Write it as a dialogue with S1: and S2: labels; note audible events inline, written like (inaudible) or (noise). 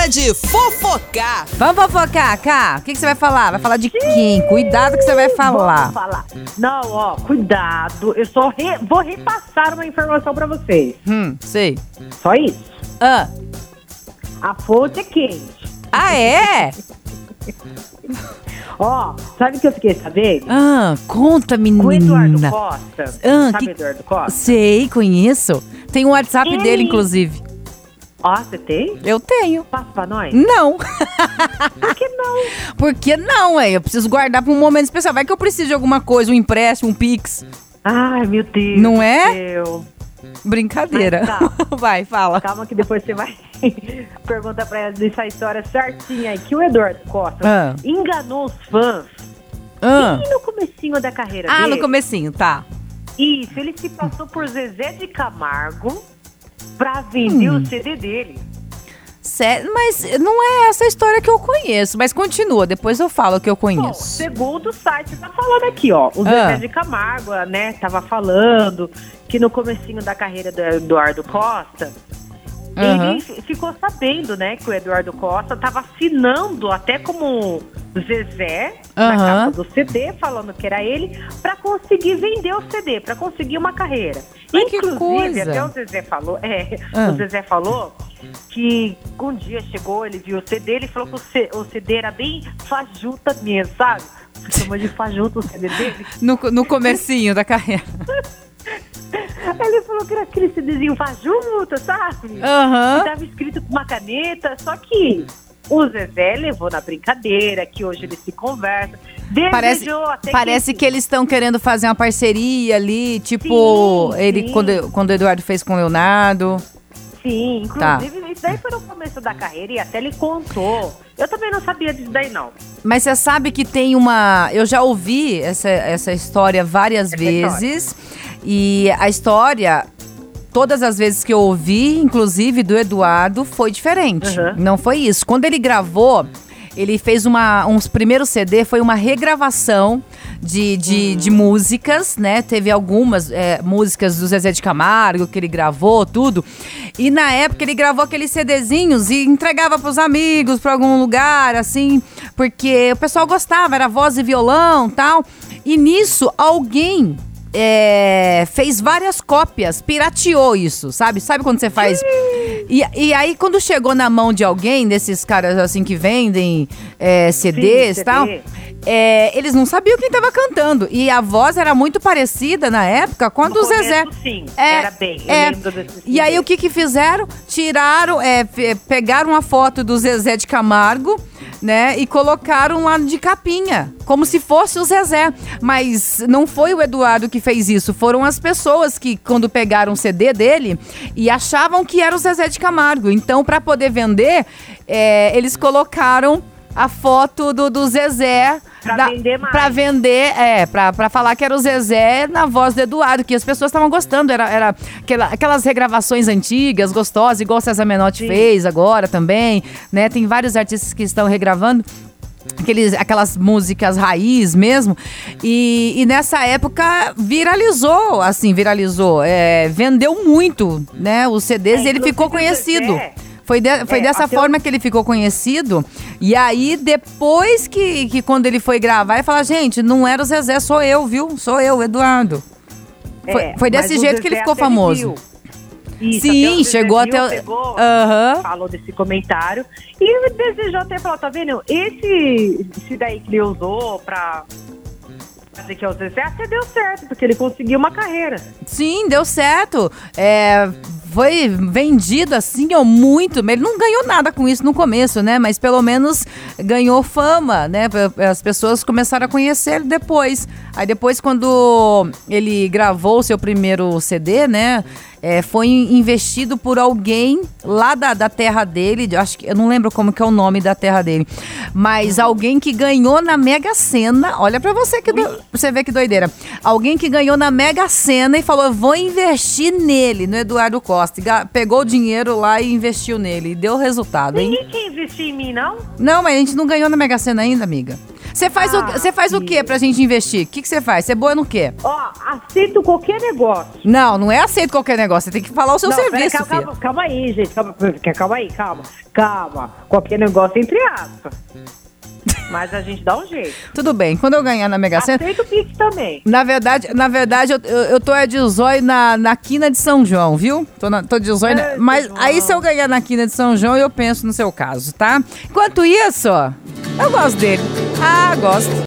S1: é de fofocar.
S2: Vamos fofocar, Cá. O que, que você vai falar? Vai falar de quem? Cuidado que você vai falar.
S3: Vou falar. Não, ó, cuidado. Eu só re- vou repassar uma informação pra vocês.
S2: Hum, sei.
S3: Só isso.
S2: Ah,
S3: A fonte é quente.
S2: ah é?
S3: Ó, sabe o que eu fiquei sabendo?
S2: Ah, conta, menina.
S3: O Eduardo Costa.
S2: Ah,
S3: sabe
S2: que-
S3: o Eduardo Costa?
S2: Sei, conheço. Tem o WhatsApp
S3: Ele-
S2: dele, inclusive.
S3: Ó, você tem?
S2: Eu tenho.
S3: Passa pra nós?
S2: Não. (laughs)
S3: Por que não?
S2: Por que não, é? Eu preciso guardar pra um momento especial. Vai que eu preciso de alguma coisa, um empréstimo, um pix.
S3: Ai, meu Deus.
S2: Não
S3: do
S2: é?
S3: céu.
S2: Brincadeira. (laughs)
S3: Mas
S2: Vai, fala.
S3: Calma que depois você vai (laughs) perguntar pra ela dessa história certinha aí. Que o Eduardo Costa
S2: Ah.
S3: enganou os fãs.
S2: Ah,
S3: E no comecinho da carreira
S2: ah
S3: dele?
S2: no comecinho, tá.
S3: Isso, ele se passou por Zezé de Camargo pra vender o CD dele.
S2: Sério, mas não é essa história que eu conheço. Mas continua, depois eu falo o que eu
S3: Bom,
S2: conheço.
S3: segundo o site, tá falando aqui, ó. O
S2: Ah.
S3: Zezé de Camargo, né, tava falando que no comecinho da carreira do Eduardo Costa,
S2: Aham.
S3: ele f- ficou sabendo, né, que o Eduardo Costa tava assinando até como Zezé na
S2: Aham.
S3: capa do CD, falando que era ele, pra conseguir vender o CD, pra conseguir uma carreira.
S2: Ai, que
S3: Inclusive,
S2: coisa.
S3: até o Zezé falou, é,
S2: Ah.
S3: o Zezé falou que um dia chegou, ele viu o CD, ele falou que o, C- o CD era bem fajuta mesmo, sabe? Chamou de fajuta o
S2: (laughs)
S3: CD dele.
S2: No, no comecinho da carreira.
S3: Ele falou que era aquele CDzinho fajuta, sabe?
S2: Aham.
S3: que tava escrito com uma caneta, só que o Zezé levou na brincadeira, que hoje eles se conversam. Desejou
S2: Parece-
S3: até
S2: Parece que eles estão querendo fazer uma parceria ali, tipo,
S3: Sim,
S2: ele
S3: sim.
S2: quando, quando o Eduardo fez com o Leonardo.
S3: Sim,
S2: Tá.
S3: inclusive isso daí foi no começo da carreira e até ele contou. Eu também não sabia disso daí, não.
S2: Mas você sabe que tem uma. Eu já ouvi essa, essa história várias vezes. E a história, todas as vezes que eu ouvi, inclusive do Eduardo, foi diferente.
S3: Uhum.
S2: Não foi isso. Quando ele gravou, ele fez uma. Uns primeiros CD, foi uma regravação. De, de, de músicas, né? Teve algumas é, músicas do Zezé de Camargo que ele gravou, tudo. E na época ele gravou aqueles CDzinhos e entregava pros amigos, pra algum lugar, assim, porque o pessoal gostava, era voz e violão tal. E nisso, alguém é, fez várias cópias, pirateou isso, sabe? Sabe quando você faz. E, e aí, quando chegou na mão de alguém, desses caras assim que vendem é, CDs e
S3: CD.
S2: tal. é, eles não sabiam quem tava cantando. E a voz era muito parecida na época com a
S3: No
S2: do
S3: começo,
S2: Zezé.
S3: Sim,
S2: É,
S3: era bem. Eu
S2: é.
S3: lembro desse
S2: E aí o que que fizeram? Tiraram, é, fe- pegaram a foto do Zezé de Camargo, né, e colocaram lá de capinha, como se fosse o Zezé. Mas não foi o Eduardo que fez isso, foram as pessoas que quando pegaram o CD dele e achavam que era o Zezé de Camargo. Então, para poder vender, é, eles colocaram a foto do, do Zezé
S3: Pra vender mais.
S2: pra vender, é, pra, pra falar que era o Zezé na voz do Eduardo, que as pessoas estavam gostando. Era, era aquela- aquelas regravações antigas, gostosas, igual o César Menotti fez agora também, né? Tem vários artistas que estão regravando. Aqueles, aquelas músicas raiz mesmo. E, e nessa época viralizou, assim, viralizou. É, vendeu muito, né? Os CDs
S3: É,
S2: ele ficou
S3: inclusive o Zezé-
S2: conhecido. Foi, de- foi
S3: É,
S2: dessa
S3: até o-
S2: forma que ele ficou conhecido. E aí, depois que, que quando ele foi gravar, ele fala: gente, não era o Zezé, sou eu, viu? Sou eu, Eduardo. Foi,
S3: É,
S2: foi desse
S3: mas o
S2: jeito que ele
S3: Zezé
S2: ficou
S3: até ele
S2: famoso.
S3: viu. Isso, até o
S2: Sim,
S3: Zezé
S2: chegou
S3: viu,
S2: até o. Ah.
S3: pegou,
S2: Aham.
S3: falou desse comentário. E ele desejou até falar, tá vendo? Esse, esse daí que ele usou pra fazer que é o Zezé, até deu certo, porque ele conseguiu uma carreira.
S2: Sim, deu certo. É, foi vendido assim, ó, muito. Ele não ganhou nada com isso no começo, né? Mas pelo menos ganhou fama, né? P- As pessoas começaram a conhecer ele depois. Aí depois, quando ele gravou o seu primeiro CD, né? é, foi investido por alguém lá da, da terra dele, de- acho que eu não lembro como que é o nome da terra dele, mas alguém que ganhou na Mega Sena, olha pra você que do- você vê que doideira. Alguém que ganhou na Mega Sena e falou: "Eu "Vou investir nele, no Eduardo Costa". E ga- Pegou o dinheiro lá e investiu nele e deu resultado, hein?
S3: Ninguém quer investir em mim, não?
S2: Não, mas a gente não ganhou na Mega Sena ainda, amiga. Você faz, o,
S3: Ah,
S2: você faz o quê pra gente investir? O que que você faz? Você é boa no quê?
S3: Ó, aceito qualquer negócio.
S2: Não, não é aceito qualquer negócio. Você tem que falar o seu
S3: Não, pera,
S2: serviço,
S3: calma,
S2: filho.
S3: calma, calma aí, gente. Calma, calma aí, calma. Calma. Qualquer negócio entre aspas. Mas a gente dá um jeito.
S2: Tudo bem, quando eu ganhar na
S3: Ah,
S2: Mega Sena...
S3: Aceita o Pix também.
S2: Na verdade, na verdade, eu, eu, eu tô é de zóio na, na quina de São João, viu? Tô, na, tô de zóio, na-
S3: Ai,
S2: mas
S3: João.
S2: aí se eu ganhar na quina de São João, eu penso no seu caso, tá? Enquanto isso, ó, eu gosto dele. Ah, gosto.